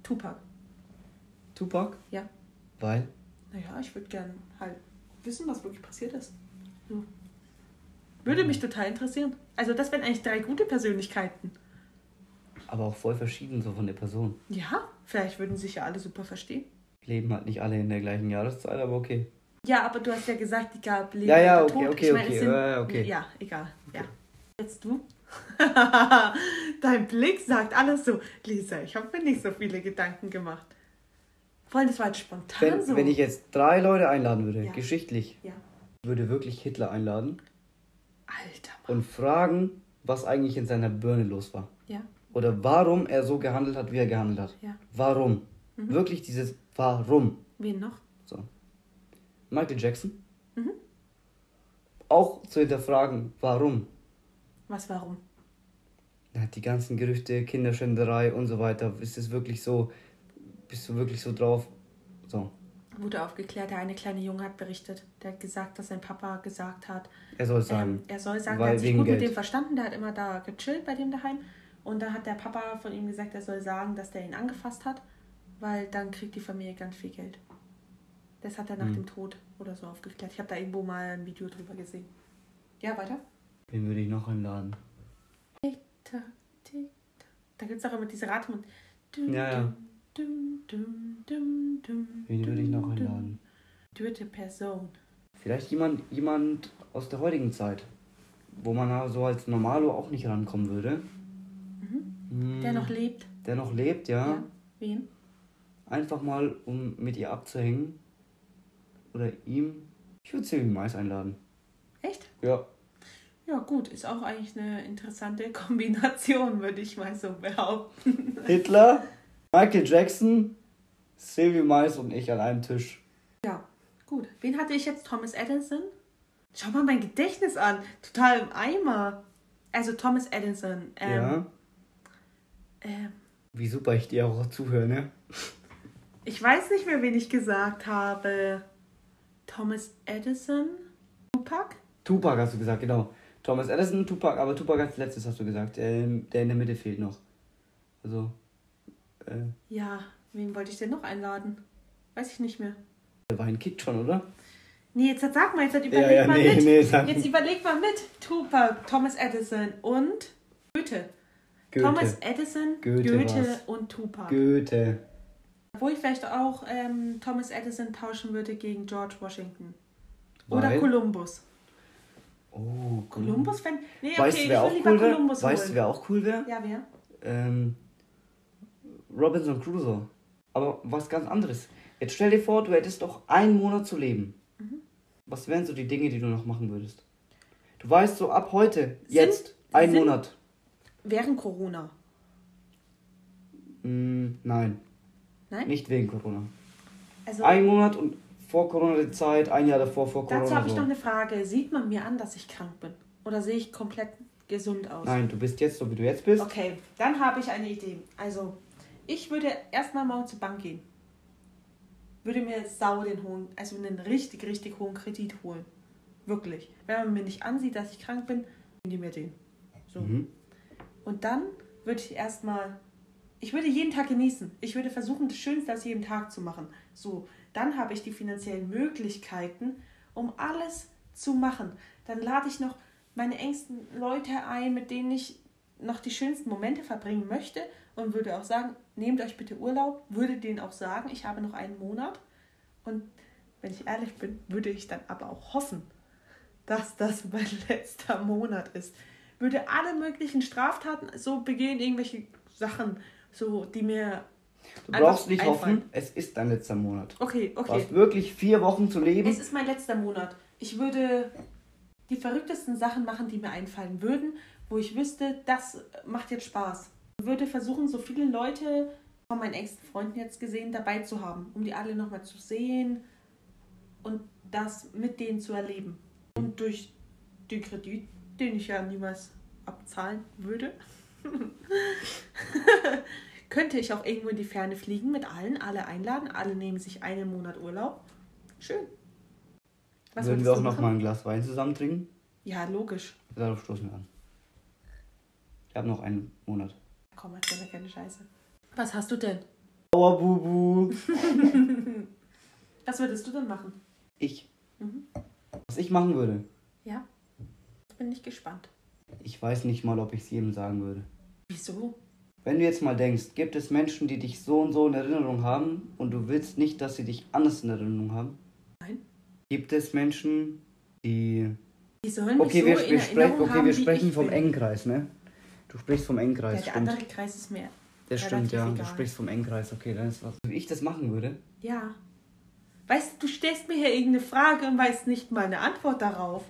[SPEAKER 1] Tupac.
[SPEAKER 2] Tupac?
[SPEAKER 1] Ja,
[SPEAKER 2] Weil?
[SPEAKER 1] Naja, ich würde gern halt wissen, was wirklich passiert ist. So. Würde mich total interessieren. Also das wären eigentlich drei gute Persönlichkeiten.
[SPEAKER 2] Aber auch voll verschieden so von der Person.
[SPEAKER 1] Ja, vielleicht würden sich ja alle super verstehen.
[SPEAKER 2] Leben halt nicht alle in der gleichen Jahreszeit, aber okay.
[SPEAKER 1] Ja, aber du hast ja gesagt, die gab Leben
[SPEAKER 2] Ja, ja,
[SPEAKER 1] oder
[SPEAKER 2] okay,
[SPEAKER 1] Tod.
[SPEAKER 2] okay,
[SPEAKER 1] Ich meine, es
[SPEAKER 2] okay,
[SPEAKER 1] sind-
[SPEAKER 2] äh, okay.
[SPEAKER 1] Ja, egal. Ja. Jetzt du. Dein Blick sagt alles so. Lisa, ich habe mir nicht so viele Gedanken gemacht. Vor allem, das war jetzt spontan
[SPEAKER 2] Wenn,
[SPEAKER 1] so.
[SPEAKER 2] wenn ich jetzt drei Leute einladen würde,
[SPEAKER 1] Also. Ja.
[SPEAKER 2] geschichtlich,
[SPEAKER 1] ja.
[SPEAKER 2] würde wirklich Hitler einladen
[SPEAKER 1] Alter Mann.
[SPEAKER 2] und fragen, was eigentlich in seiner Birne los war.
[SPEAKER 1] Ja.
[SPEAKER 2] Oder warum er so gehandelt hat, wie er gehandelt hat.
[SPEAKER 1] Ja. Mhm.
[SPEAKER 2] Warum? Wirklich dieses Warum.
[SPEAKER 1] Wen noch? Mhm.
[SPEAKER 2] So. Michael Jackson. auch zu hinterfragen, warum.
[SPEAKER 1] Was, warum?
[SPEAKER 2] Na, die ganzen Gerüchte, Kinderschänderei und so weiter. Ist es wirklich so? Bist du wirklich so drauf? So.
[SPEAKER 1] Wurde aufgeklärt, der eine kleine Junge hat berichtet. Der hat gesagt, dass sein Papa gesagt hat,
[SPEAKER 2] Er soll es
[SPEAKER 1] ähm,
[SPEAKER 2] sagen.
[SPEAKER 1] er soll sagen,
[SPEAKER 2] Weil
[SPEAKER 1] er hat sich
[SPEAKER 2] wegen
[SPEAKER 1] gut mit
[SPEAKER 2] Geld.
[SPEAKER 1] dem verstanden, der hat immer da gechillt bei dem daheim. Und da hat der Papa von ihm gesagt, er soll sagen, dass der ihn angefasst hat, weil dann kriegt die Familie ganz viel Geld. Das hat er nach
[SPEAKER 2] Hm.
[SPEAKER 1] dem Tod oder so aufgeklärt. Ich habe da irgendwo mal ein Video drüber gesehen. Ja, weiter.
[SPEAKER 2] Wen würde ich noch einladen?
[SPEAKER 1] Tick-Tack, Tick-Tack. Da gibt es auch immer diese Ratemund. Dum,
[SPEAKER 2] Ja, ja.
[SPEAKER 1] dum, dum, dum, dum,
[SPEAKER 2] Wen würde ich noch
[SPEAKER 1] dum, dum.
[SPEAKER 2] einladen?
[SPEAKER 1] Dritte Person.
[SPEAKER 2] Vielleicht jemand, jemand aus der heutigen Zeit, wo man ja so als Normalo auch nicht rankommen würde. Hm,
[SPEAKER 1] Mhm. Der noch lebt.
[SPEAKER 2] der noch lebt, ja.
[SPEAKER 1] Ja. Wen?
[SPEAKER 2] Einfach mal, um mit ihr abzuhängen. Oder ihm. Ich würde Silvi Mais einladen.
[SPEAKER 1] Echt?
[SPEAKER 2] Ja.
[SPEAKER 1] Ja, gut. Ist auch eigentlich eine interessante Kombination, würde ich mal so behaupten.
[SPEAKER 2] Hitler, Michael Jackson, Silvi Mais und ich an einem Tisch.
[SPEAKER 1] Ja, gut. Wen hatte ich jetzt? Thomas Edison? Schau mal mein Gedächtnis an. Total im Eimer. Also Thomas Edison. Ähm,
[SPEAKER 2] ja.
[SPEAKER 1] ähm,
[SPEAKER 2] Wie super ich dir auch zuhöre, ne?
[SPEAKER 1] Ich weiß nicht mehr, wen ich gesagt habe. Thomas Edison? Tupac?
[SPEAKER 2] Tupac hast du gesagt, genau. Thomas Edison, Tupac, aber Tupac als letztes hast du gesagt. Ähm, der in der Mitte fehlt noch. Also, äh,
[SPEAKER 1] Ja, wen wollte ich denn noch einladen? Weiß ich nicht mehr.
[SPEAKER 2] der Wein kickt schon, oder?
[SPEAKER 1] Nee, jetzt sag mal, jetzt überleg
[SPEAKER 2] ja,
[SPEAKER 1] mal
[SPEAKER 2] nee,
[SPEAKER 1] mit.
[SPEAKER 2] nee, sag-
[SPEAKER 1] jetzt überleg mal mit. Tupac, Thomas Edison und Goethe.
[SPEAKER 2] Goethe.
[SPEAKER 1] Thomas Edison,
[SPEAKER 2] Goethe
[SPEAKER 1] Goethe,
[SPEAKER 2] war's.
[SPEAKER 1] und Tupac.
[SPEAKER 2] Goethe.
[SPEAKER 1] Wo ich vielleicht auch ähm, Thomas Edison tauschen würde gegen George Washington.
[SPEAKER 2] Weil-
[SPEAKER 1] Oder Columbus.
[SPEAKER 2] Oh,
[SPEAKER 1] Columbus fan Nee, okay,
[SPEAKER 2] Weißt du,
[SPEAKER 1] ich
[SPEAKER 2] wer
[SPEAKER 1] will
[SPEAKER 2] auch
[SPEAKER 1] lieber
[SPEAKER 2] cool wäre?
[SPEAKER 1] Columbus
[SPEAKER 2] Weißt du,
[SPEAKER 1] holen.
[SPEAKER 2] wer auch cool wäre?
[SPEAKER 1] Ja, wer?
[SPEAKER 2] Ähm, Robinson Crusoe. Aber was ganz anderes. Jetzt stell dir vor, du hättest doch einen Monat zu leben.
[SPEAKER 1] Mhm.
[SPEAKER 2] Was wären so die Dinge, die du noch machen würdest? Du weißt so ab heute, jetzt, ein
[SPEAKER 1] sind-
[SPEAKER 2] Monat.
[SPEAKER 1] Während Corona.
[SPEAKER 2] Mm, nein,
[SPEAKER 1] Nein?
[SPEAKER 2] nicht wegen Corona.
[SPEAKER 1] Also,
[SPEAKER 2] Ein Monat und vor Corona die Zeit, ein Jahr davor, vor Corona.
[SPEAKER 1] dazu habe ich
[SPEAKER 2] so.
[SPEAKER 1] noch eine Frage. Sieht man mir an, dass ich krank bin? Oder sehe ich komplett gesund aus?
[SPEAKER 2] Nein, du bist jetzt so, wie du jetzt bist.
[SPEAKER 1] Okay, dann habe ich eine Idee. Also, ich würde erstmal mal zur Bank gehen. Würde mir sau den hohen, also einen richtig, richtig hohen Kredit holen. Wirklich. Wenn man mir nicht ansieht, dass ich krank bin, nehmen die mir den. So.
[SPEAKER 2] Mhm.
[SPEAKER 1] Und dann würde ich erstmal, ich würde jeden Tag genießen. Ich würde versuchen, das Schönste aus jedem Tag zu machen. So, dann habe ich die finanziellen Möglichkeiten, um alles zu machen. Dann lade ich noch meine engsten Leute ein, mit denen ich noch die schönsten Momente verbringen möchte und würde auch sagen, nehmt euch bitte Urlaub, würde denen auch sagen, ich habe noch einen Monat. Und wenn ich ehrlich bin, würde ich dann aber auch hoffen, dass das mein letzter Monat ist. Würde alle möglichen Straftaten so begehen, irgendwelche Sachen, so die mir.
[SPEAKER 2] Du
[SPEAKER 1] Einfach
[SPEAKER 2] brauchst nicht
[SPEAKER 1] einfallen.
[SPEAKER 2] hoffen, es ist dein letzter Monat.
[SPEAKER 1] Okay,
[SPEAKER 2] Du
[SPEAKER 1] okay.
[SPEAKER 2] hast wirklich vier Wochen zu leben.
[SPEAKER 1] Es ist mein letzter Monat. Ich würde die verrücktesten Sachen machen, die mir einfallen würden, wo ich wüsste, das macht jetzt Spaß. Ich würde versuchen, so viele Leute von meinen engsten Freunden jetzt gesehen dabei zu haben, um die alle nochmal zu sehen und das mit denen zu erleben. Und durch den Kredit, den ich ja niemals abzahlen würde, könnte ich auch irgendwo in die Ferne fliegen mit allen, alle einladen, alle nehmen sich einen Monat Urlaub. Schön.
[SPEAKER 2] Würden
[SPEAKER 1] würdest
[SPEAKER 2] wir auch
[SPEAKER 1] du
[SPEAKER 2] noch
[SPEAKER 1] machen?
[SPEAKER 2] mal ein Glas Wein zusammen trinken?
[SPEAKER 1] Ja, logisch.
[SPEAKER 2] Darauf stoßen wir an. Ich habe noch einen Monat.
[SPEAKER 1] Komm, erzähl mir keine Scheiße. Was hast du denn?
[SPEAKER 2] Aua, Bubu.
[SPEAKER 1] Was würdest du denn machen?
[SPEAKER 2] Ich.
[SPEAKER 1] Mhm.
[SPEAKER 2] Was ich machen würde.
[SPEAKER 1] Ja? Bin ich gespannt.
[SPEAKER 2] Ich weiß nicht mal, ob ich es jedem sagen würde.
[SPEAKER 1] Wieso?
[SPEAKER 2] Wenn du jetzt mal denkst, gibt es Menschen, die dich so und so in Erinnerung haben und du willst nicht, dass sie dich anders in Erinnerung haben?
[SPEAKER 1] Nein.
[SPEAKER 2] Gibt es Menschen, die.
[SPEAKER 1] Die sollen
[SPEAKER 2] Okay,
[SPEAKER 1] mich so in
[SPEAKER 2] wir, wir,
[SPEAKER 1] Erinnerung
[SPEAKER 2] sprechen, okay
[SPEAKER 1] haben,
[SPEAKER 2] wir
[SPEAKER 1] wie
[SPEAKER 2] sprechen
[SPEAKER 1] ich
[SPEAKER 2] vom
[SPEAKER 1] bin.
[SPEAKER 2] Engkreis, ne? Du sprichst vom
[SPEAKER 1] Ja,
[SPEAKER 2] Engkreis,
[SPEAKER 1] der
[SPEAKER 2] stimmt.
[SPEAKER 1] andere Kreis ist mir.
[SPEAKER 2] Das stimmt,
[SPEAKER 1] relativ
[SPEAKER 2] ja. Du
[SPEAKER 1] egal.
[SPEAKER 2] sprichst vom Engkreis, okay, dann ist was. Wie ich das machen würde,
[SPEAKER 1] Ja. Weißt du, du stellst mir hier irgendeine Frage und weißt nicht mal eine Antwort darauf.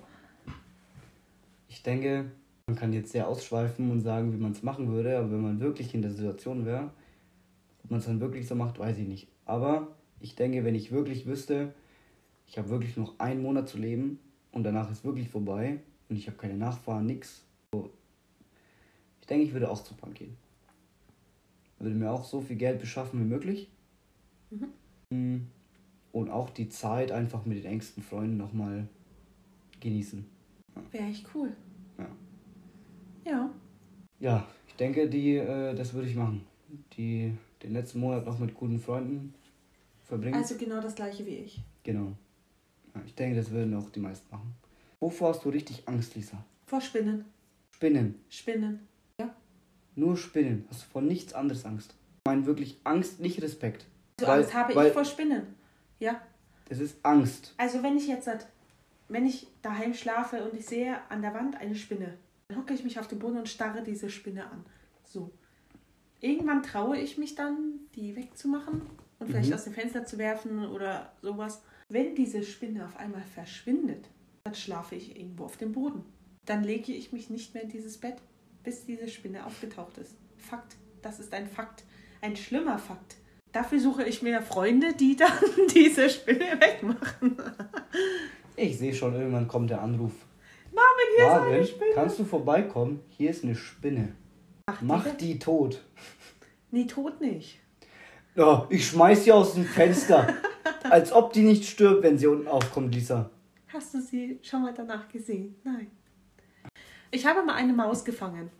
[SPEAKER 2] Ich denke, man kann jetzt sehr ausschweifen und sagen, wie man es machen würde, aber wenn man wirklich in der Situation wäre, ob man es dann wirklich so macht, weiß ich nicht. Aber ich denke, wenn ich wirklich wüsste, ich habe wirklich noch einen Monat zu leben, und danach ist wirklich vorbei und ich habe keine Nachfahren, nix. So, Ich denke, ich würde auch zur Bank gehen. Würde mir auch so viel Geld beschaffen wie möglich. Mm, Und auch die Zeit einfach mit den engsten Freunden nochmal genießen.
[SPEAKER 1] Wäre echt cool.
[SPEAKER 2] Ja.
[SPEAKER 1] Ja.
[SPEAKER 2] Ja, ich denke, die, äh, das würde ich machen. Die, den letzten Monat noch mit guten Freunden verbringen.
[SPEAKER 1] Also genau das gleiche wie ich.
[SPEAKER 2] genau. Ja, ich denke, das würden auch die meisten machen. Wovor hast du richtig Angst, Lisa?
[SPEAKER 1] Vor Spinnen.
[SPEAKER 2] Spinnen.
[SPEAKER 1] Spinnen.
[SPEAKER 2] Nur Spinnen. Hast du vor nichts anderes Angst? Ich meine wirklich Angst, nicht Respekt.
[SPEAKER 1] Also
[SPEAKER 2] Weil-
[SPEAKER 1] Angst habe
[SPEAKER 2] weil-
[SPEAKER 1] ich vor Spinnen. Ja.
[SPEAKER 2] Es ist Angst.
[SPEAKER 1] Also wenn ich jetzt, seit- wenn ich daheim schlafe und ich sehe an der Wand eine Spinne, dann hocke ich mich auf den Boden und starre diese Spinne an. So. Irgendwann traue ich mich dann, die wegzumachen und vielleicht
[SPEAKER 2] Mhm.
[SPEAKER 1] aus dem Fenster zu werfen oder sowas. Wenn diese Spinne auf einmal verschwindet, dann schlafe ich irgendwo auf dem Boden. Dann lege ich mich nicht mehr in dieses Bett, bis diese Spinne aufgetaucht ist. Fakt. Das ist ein Fakt. Ein schlimmer Fakt. Dafür suche ich mir Freunde, die dann diese Spinne wegmachen.
[SPEAKER 2] Ich sehe schon, irgendwann kommt der Anruf.
[SPEAKER 1] Marvin, hier ist eine
[SPEAKER 2] Marvin,
[SPEAKER 1] Spinne.
[SPEAKER 2] kannst du vorbeikommen? Hier ist eine Spinne.
[SPEAKER 1] Ach,
[SPEAKER 2] Mach
[SPEAKER 1] die-
[SPEAKER 2] die tot.
[SPEAKER 1] Nee, tot nicht.
[SPEAKER 2] Ja, ich schmeiß sie aus dem Fenster. Als ob die nicht stirbt, wenn sie unten aufkommt, Lisa.
[SPEAKER 1] Hast du sie schon mal danach gesehen? Nein. Ich habe mal eine Maus gefangen.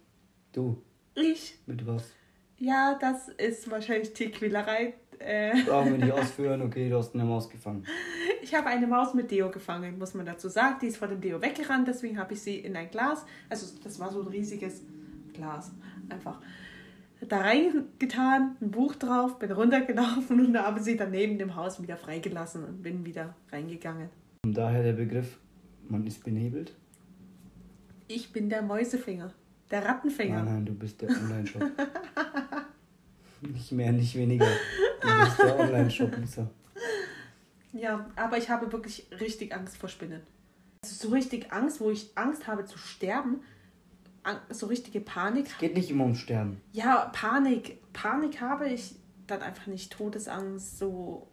[SPEAKER 2] Du,
[SPEAKER 1] Ich?
[SPEAKER 2] mit was?
[SPEAKER 1] Ja, das ist wahrscheinlich Tierquälerei. Äh,
[SPEAKER 2] Brauchen wir nicht ausführen, okay, du hast eine Maus gefangen.
[SPEAKER 1] ich habe eine Maus mit Deo gefangen, muss man dazu sagen. Die ist vor dem Deo weggerannt, deswegen habe ich sie in ein Glas, also das war so ein riesiges Glas, einfach da reingetan, ein Buch drauf, bin runtergelaufen und habe sie dann neben dem Haus wieder freigelassen und bin wieder reingegangen.
[SPEAKER 2] Und daher der Begriff, man ist benebelt.
[SPEAKER 1] Ich bin der Mäusefinger, der Rattenfinger.
[SPEAKER 2] Nein, nein, du bist der Online-Shop. nicht mehr, nicht weniger. Du bist der Online-Shop, Lisa.
[SPEAKER 1] Ja, aber ich habe wirklich richtig Angst vor Spinnen. Also so richtig Angst, wo ich Angst habe zu sterben. An- So richtige Panik.
[SPEAKER 2] Geht nicht immer um Sterben.
[SPEAKER 1] Ja, Panik. Panik habe ich dann einfach nicht. Todesangst, so.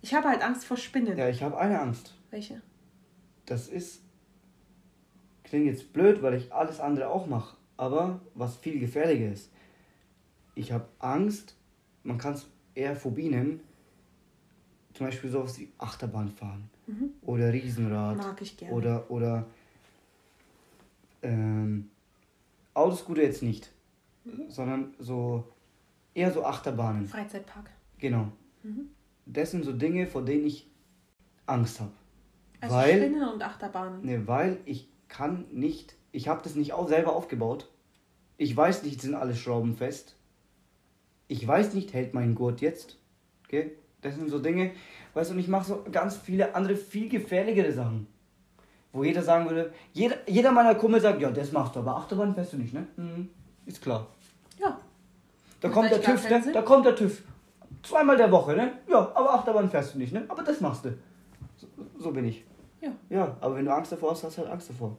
[SPEAKER 1] Ich habe halt Angst vor Spinnen.
[SPEAKER 2] Ja, ich habe eine Angst.
[SPEAKER 1] Welche?
[SPEAKER 2] Das ist. Klingt jetzt blöd, weil ich alles andere auch mache. Aber was viel gefährlicher ist. Ich habe Angst, man kann es eher Phobie nennen. Zum Beispiel sowas wie Achterbahn fahren. Oder Riesenrad.
[SPEAKER 1] Mag ich gerne.
[SPEAKER 2] Oder. oder ähm, Autoscooter jetzt nicht. Sondern so. Eher so Achterbahnen.
[SPEAKER 1] Freizeitpark.
[SPEAKER 2] Genau. Das sind so Dinge, vor denen ich Angst habe.
[SPEAKER 1] Also
[SPEAKER 2] Weil-
[SPEAKER 1] Spinnen und Achterbahnen.
[SPEAKER 2] Ne, weil ich kann nicht, ich habe das nicht auch selber aufgebaut. Ich weiß nicht, sind alle Schrauben fest. Ich weiß nicht, hält mein Gurt jetzt. Okay? Das sind so Dinge, weißt du, und ich mache so ganz viele andere, viel gefährlichere Sachen. Wo jeder sagen würde, jeder, jeder meiner Kumpel sagt, ja, das machst du, aber Achterbahn fährst du nicht, ne? Mhm, ist klar.
[SPEAKER 1] Ja.
[SPEAKER 2] Da
[SPEAKER 1] Macht
[SPEAKER 2] kommt der
[SPEAKER 1] eigentlich gar
[SPEAKER 2] TÜV,
[SPEAKER 1] keinen
[SPEAKER 2] ne?
[SPEAKER 1] Sinn.
[SPEAKER 2] Da kommt der TÜV. Zweimal der Woche, ne? Ja, aber Achterbahn fährst du nicht, ne? Aber das machst du. So, so bin ich.
[SPEAKER 1] Ja.
[SPEAKER 2] Ja, aber wenn du Angst davor hast, hast du halt Angst davor.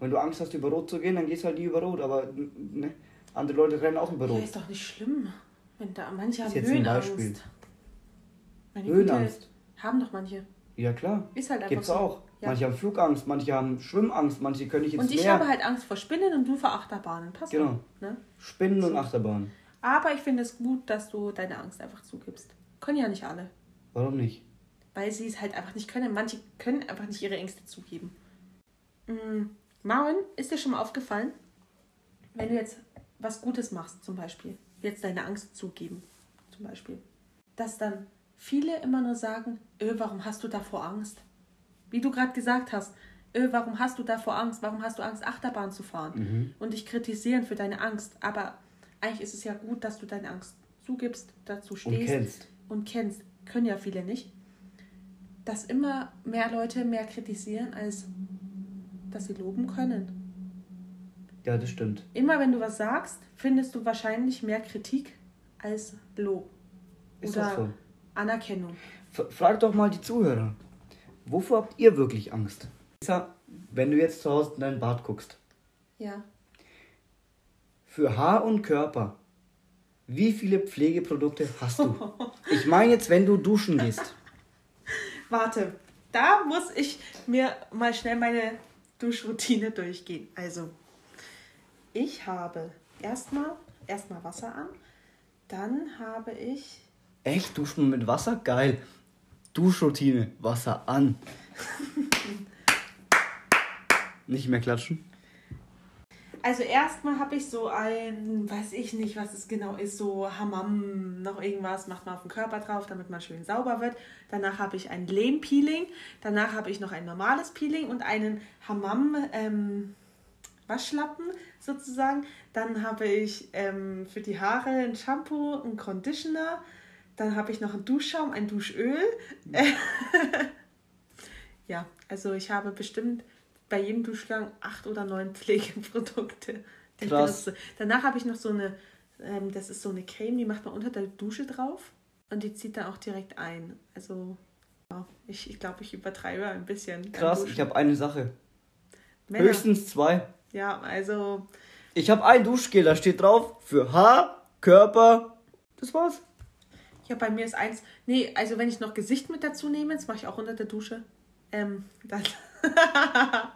[SPEAKER 2] Wenn du Angst hast, über Rot zu gehen, dann gehst du halt nie über Rot, aber ne? andere Leute rennen auch über
[SPEAKER 1] ja.
[SPEAKER 2] Rot.
[SPEAKER 1] Ist doch nicht schlimm. Wenn da, manche haben
[SPEAKER 2] jetzt ein Beispiel.
[SPEAKER 1] Höhenangst. Meine Güte,
[SPEAKER 2] Höhenangst.
[SPEAKER 1] Haben doch manche.
[SPEAKER 2] Ja, klar.
[SPEAKER 1] Ist halt einfach
[SPEAKER 2] Gibt's
[SPEAKER 1] so.
[SPEAKER 2] auch.
[SPEAKER 1] Ja.
[SPEAKER 2] Manche haben Flugangst, manche haben Schwimmangst, manche können nicht ins
[SPEAKER 1] Und ich
[SPEAKER 2] Meer.
[SPEAKER 1] habe halt Angst vor Spinnen und du vor Achterbahnen. Pass
[SPEAKER 2] Genau.
[SPEAKER 1] auf. Ne?
[SPEAKER 2] Spinnen und Achterbahn.
[SPEAKER 1] Aber ich finde es gut, dass du deine Angst einfach zugibst. Können ja nicht alle.
[SPEAKER 2] Warum nicht?
[SPEAKER 1] Weil sie es halt einfach nicht können. Manche können einfach nicht ihre Ängste zugeben. Mhm. Marvin, ist dir schon mal aufgefallen, wenn du jetzt was Gutes machst, zum Beispiel, jetzt deine Angst zugeben, zum Beispiel, dass dann viele immer nur sagen, öh, warum hast du davor Angst? Wie du gerade gesagt hast, öh, warum hast du davor Angst? Warum hast du Angst, Achterbahn zu fahren?
[SPEAKER 2] Mhm.
[SPEAKER 1] Und dich kritisieren für deine Angst. Aber eigentlich ist es ja gut, dass du deine Angst zugibst, dazu stehst
[SPEAKER 2] kennst.
[SPEAKER 1] und kennst. Können ja viele nicht. Dass immer mehr Leute mehr kritisieren, als dass sie loben können.
[SPEAKER 2] Ja, das stimmt.
[SPEAKER 1] Immer wenn du was sagst, findest du wahrscheinlich mehr Kritik als Lob
[SPEAKER 2] Ist
[SPEAKER 1] oder
[SPEAKER 2] auch so.
[SPEAKER 1] Anerkennung.
[SPEAKER 2] F- Frag doch mal die Zuhörer. Wovor habt ihr wirklich Angst? Lisa, wenn du jetzt zu Hause in dein Bart guckst,
[SPEAKER 1] Ja.
[SPEAKER 2] für Haar und Körper, wie viele Pflegeprodukte hast du? Ich meine jetzt, wenn du duschen gehst.
[SPEAKER 1] Warte, da muss ich mir mal schnell meine Duschroutine durchgehen. Also, ich habe erstmal erstmal Wasser an, dann habe ich
[SPEAKER 2] Echt? Duschen mit Wasser? Geil. Duschroutine, Wasser an. Nicht mehr klatschen?
[SPEAKER 1] Also erstmal habe ich so ein, weiß ich nicht, was es genau ist, so Hammam, noch irgendwas, macht man auf den Körper drauf, damit man schön sauber wird. Danach habe ich ein Lehmpeeling, danach habe ich noch ein normales Peeling und einen Hammam ähm, Waschlappen sozusagen. Dann habe ich ähm, für die Haare ein Shampoo, ein Conditioner. Dann habe ich noch einen Duschschaum, ein Duschöl. ja, also ich habe bestimmt bei jedem Duschgang acht oder neun Pflegeprodukte. die ich
[SPEAKER 2] Krass.
[SPEAKER 1] benutze. Danach habe ich noch so eine, ähm, das ist so eine Creme, die macht man unter der Dusche drauf und die zieht dann auch direkt ein. Also ja, ich, ich glaube, ich übertreibe ein bisschen. beim
[SPEAKER 2] Krass,
[SPEAKER 1] Duschen.
[SPEAKER 2] ich habe eine Sache.
[SPEAKER 1] Männer.
[SPEAKER 2] Höchstens zwei.
[SPEAKER 1] Ja, also
[SPEAKER 2] Ich habe ein Duschgel, da steht drauf für Haar, Körper. Das war's.
[SPEAKER 1] Ja, bei mir ist eins. Nee, also wenn ich noch Gesicht mit dazu nehme, das mache ich auch unter der Dusche. Ähm, dann.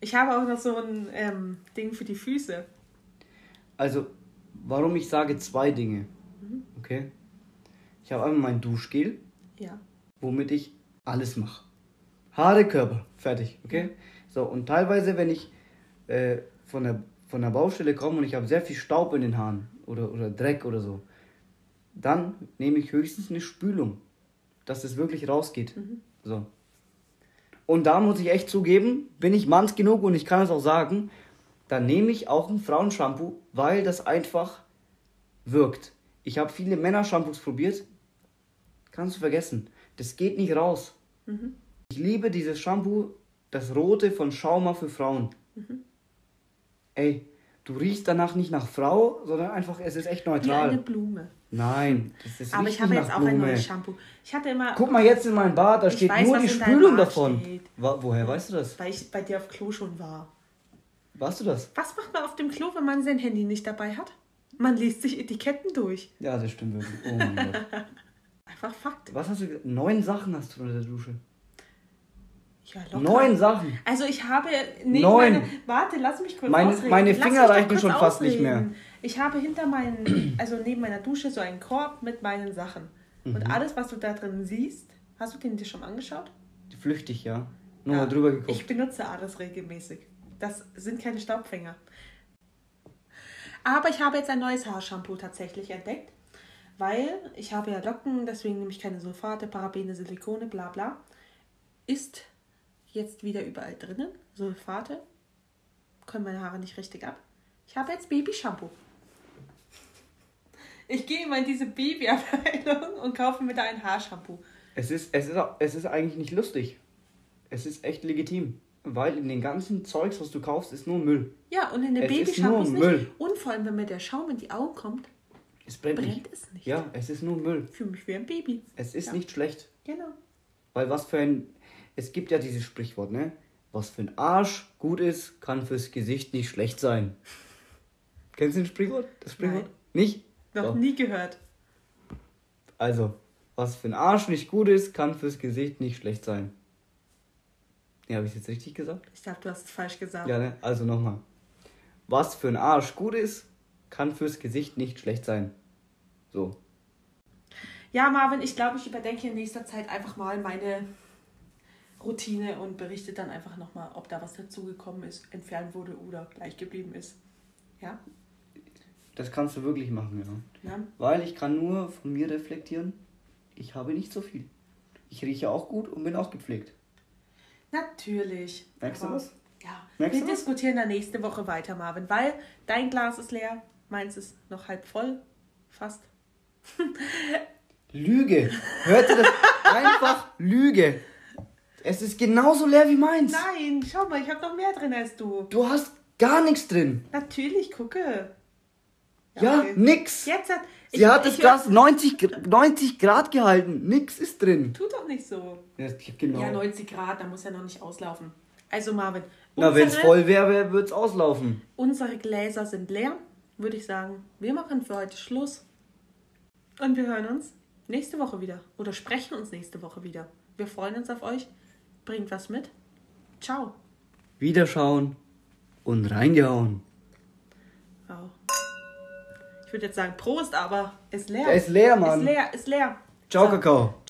[SPEAKER 1] ich habe auch noch so ein ähm, Ding für die Füße.
[SPEAKER 2] Also, warum ich sage zwei Dinge. Okay? Ich habe einmal mein Duschgel,
[SPEAKER 1] Ja.
[SPEAKER 2] womit ich alles mache. Haare, Körper, fertig, okay? So, und teilweise, wenn ich äh, von, der, von der Baustelle komme und ich habe sehr viel Staub in den Haaren oder, oder Dreck oder so, dann nehme ich höchstens eine Spülung, dass es wirklich rausgeht. So. Und da muss ich echt zugeben, bin ich manns genug und ich kann es auch sagen, dann nehme ich auch ein Frauenshampoo, weil das einfach wirkt. Ich habe viele Männershampoos probiert, kannst du vergessen. Das geht nicht raus. Ich liebe dieses Shampoo, das rote von Schauma für Frauen. Ey, du riechst danach nicht nach Frau, sondern einfach, es ist echt
[SPEAKER 1] Wie eine
[SPEAKER 2] neutral.
[SPEAKER 1] Blume.
[SPEAKER 2] Nein, das ist
[SPEAKER 1] Aber
[SPEAKER 2] nicht
[SPEAKER 1] ich habe
[SPEAKER 2] nach
[SPEAKER 1] jetzt auch
[SPEAKER 2] Blume.
[SPEAKER 1] ein neues Shampoo. Ich hatte immer,
[SPEAKER 2] Guck mal jetzt in mein Bad, da
[SPEAKER 1] Ich
[SPEAKER 2] steht
[SPEAKER 1] weiß,
[SPEAKER 2] nur
[SPEAKER 1] was
[SPEAKER 2] die
[SPEAKER 1] in deinem
[SPEAKER 2] Spülung
[SPEAKER 1] Bad
[SPEAKER 2] davon.
[SPEAKER 1] steht.
[SPEAKER 2] Wa- Woher weißt du das?
[SPEAKER 1] weil ich bei dir auf Klo schon war.
[SPEAKER 2] Warst du das?
[SPEAKER 1] Was macht man auf dem Klo, wenn man sein Handy nicht dabei hat? Man liest sich Etiketten durch.
[SPEAKER 2] Ja, das stimmt wirklich. Oh mein Gott.
[SPEAKER 1] Einfach Fakt.
[SPEAKER 2] Was hast du gesagt? Neun Sachen hast du unter der Dusche.
[SPEAKER 1] Ja, locker.
[SPEAKER 2] Neun Sachen.
[SPEAKER 1] Also ich habe nee,
[SPEAKER 2] Neun.
[SPEAKER 1] Meine, warte, lass mich kurz
[SPEAKER 2] Meine-
[SPEAKER 1] ausreden.
[SPEAKER 2] meine
[SPEAKER 1] Lass
[SPEAKER 2] Finger
[SPEAKER 1] mich doch
[SPEAKER 2] reichen
[SPEAKER 1] kurz
[SPEAKER 2] schon fast nicht
[SPEAKER 1] ausreden.
[SPEAKER 2] mehr.
[SPEAKER 1] Ich habe hinter meinen, also neben meiner Dusche so einen Korb mit meinen Sachen.
[SPEAKER 2] Mhm.
[SPEAKER 1] Und alles, was du da drin siehst, hast du den dir schon angeschaut?
[SPEAKER 2] Flüchtig, ja. Nochmal
[SPEAKER 1] Ja.
[SPEAKER 2] drüber geguckt.
[SPEAKER 1] Ich benutze alles regelmäßig. Das sind keine Staubfänger. Aber ich habe jetzt ein neues Haarshampoo tatsächlich entdeckt, weil ich habe ja Locken, deswegen nehme ich keine Sulfate, Parabene, Silikone, bla bla. Ist jetzt wieder überall drinnen. Sulfate können meine Haare nicht richtig ab. Ich habe jetzt Baby-Shampoo. Ich gehe immer in diese Babyabteilung und kaufe mir da ein Haarshampoo.
[SPEAKER 2] Es ist, es, ist, auch- es ist eigentlich nicht lustig. Es ist echt legitim. Weil in den ganzen Zeugs, was du kaufst, ist nur Müll.
[SPEAKER 1] Ja, und in den
[SPEAKER 2] Es ist
[SPEAKER 1] Babyshampoos
[SPEAKER 2] nur
[SPEAKER 1] nicht.
[SPEAKER 2] Müll.
[SPEAKER 1] Und vor allem, wenn mir der Schaum in die Augen kommt,
[SPEAKER 2] Es brennt,
[SPEAKER 1] brennt
[SPEAKER 2] nicht.
[SPEAKER 1] es nicht.
[SPEAKER 2] Ja, es ist nur Müll.
[SPEAKER 1] Ich fühle mich wie ein Baby.
[SPEAKER 2] Es ist
[SPEAKER 1] Ja.
[SPEAKER 2] nicht schlecht.
[SPEAKER 1] Genau.
[SPEAKER 2] Weil was für ein. Es gibt ja dieses Sprichwort, ne? Was für ein Arsch gut ist, kann fürs Gesicht nicht schlecht sein. Kennst du das Sprichwort? Das Sprichwort?
[SPEAKER 1] Nein.
[SPEAKER 2] Nicht?
[SPEAKER 1] Noch
[SPEAKER 2] Doch.
[SPEAKER 1] nie gehört.
[SPEAKER 2] Also, was für ein Arsch nicht gut ist, kann fürs Gesicht nicht schlecht sein. Ja, habe ich jetzt richtig gesagt?
[SPEAKER 1] Ich glaube, du hast es falsch gesagt.
[SPEAKER 2] Ja, ne? Also nochmal. Was für ein Arsch gut ist, kann fürs Gesicht nicht schlecht sein. So.
[SPEAKER 1] Ja, Marvin, ich glaube, ich überdenke in nächster Zeit einfach mal meine Routine und berichte dann einfach nochmal, ob da was dazugekommen ist, entfernt wurde oder gleich geblieben ist. Ja?
[SPEAKER 2] Das kannst du wirklich machen, ja.
[SPEAKER 1] Na?
[SPEAKER 2] Weil ich kann nur von mir reflektieren, ich habe nicht so viel. Ich rieche auch gut und bin auch gepflegt.
[SPEAKER 1] Natürlich.
[SPEAKER 2] Merkst du
[SPEAKER 1] Aber-
[SPEAKER 2] was?
[SPEAKER 1] Ja.
[SPEAKER 2] Merkst
[SPEAKER 1] wir
[SPEAKER 2] du was?
[SPEAKER 1] diskutieren dann nächste Woche weiter, Marvin, weil dein Glas ist leer, meins ist noch halb voll. Fast.
[SPEAKER 2] Lüge! Hört ihr das? Einfach Lüge! Es ist genauso leer wie meins.
[SPEAKER 1] Nein, schau mal, ich habe noch mehr drin als du.
[SPEAKER 2] Du hast gar nichts drin.
[SPEAKER 1] Natürlich, gucke.
[SPEAKER 2] Ja,
[SPEAKER 1] okay.
[SPEAKER 2] nix.
[SPEAKER 1] Jetzt hat.
[SPEAKER 2] Sie hat das
[SPEAKER 1] ich-
[SPEAKER 2] Glas 90, Gr- 90 Grad gehalten. Nix ist drin.
[SPEAKER 1] Tu doch nicht so.
[SPEAKER 2] genau.
[SPEAKER 1] Ja, 90 Grad, da muss ja noch nicht auslaufen. Also, Marvin,
[SPEAKER 2] Na, wenn es
[SPEAKER 1] unsere-
[SPEAKER 2] voll wäre, würde es auslaufen.
[SPEAKER 1] unsere Gläser sind leer, würde ich sagen. Wir machen für heute Schluss. Und wir hören uns nächste Woche wieder. Oder sprechen uns nächste Woche wieder. Wir freuen uns auf euch. Bringt was mit. Ciao.
[SPEAKER 2] Wiederschauen und reingehauen.
[SPEAKER 1] Wow. Ich würde jetzt sagen Prost, aber ist leer.
[SPEAKER 2] Der ist leer,
[SPEAKER 1] ist
[SPEAKER 2] Mann.
[SPEAKER 1] leer, ist leer.
[SPEAKER 2] Ciao,
[SPEAKER 1] So.
[SPEAKER 2] Kakao.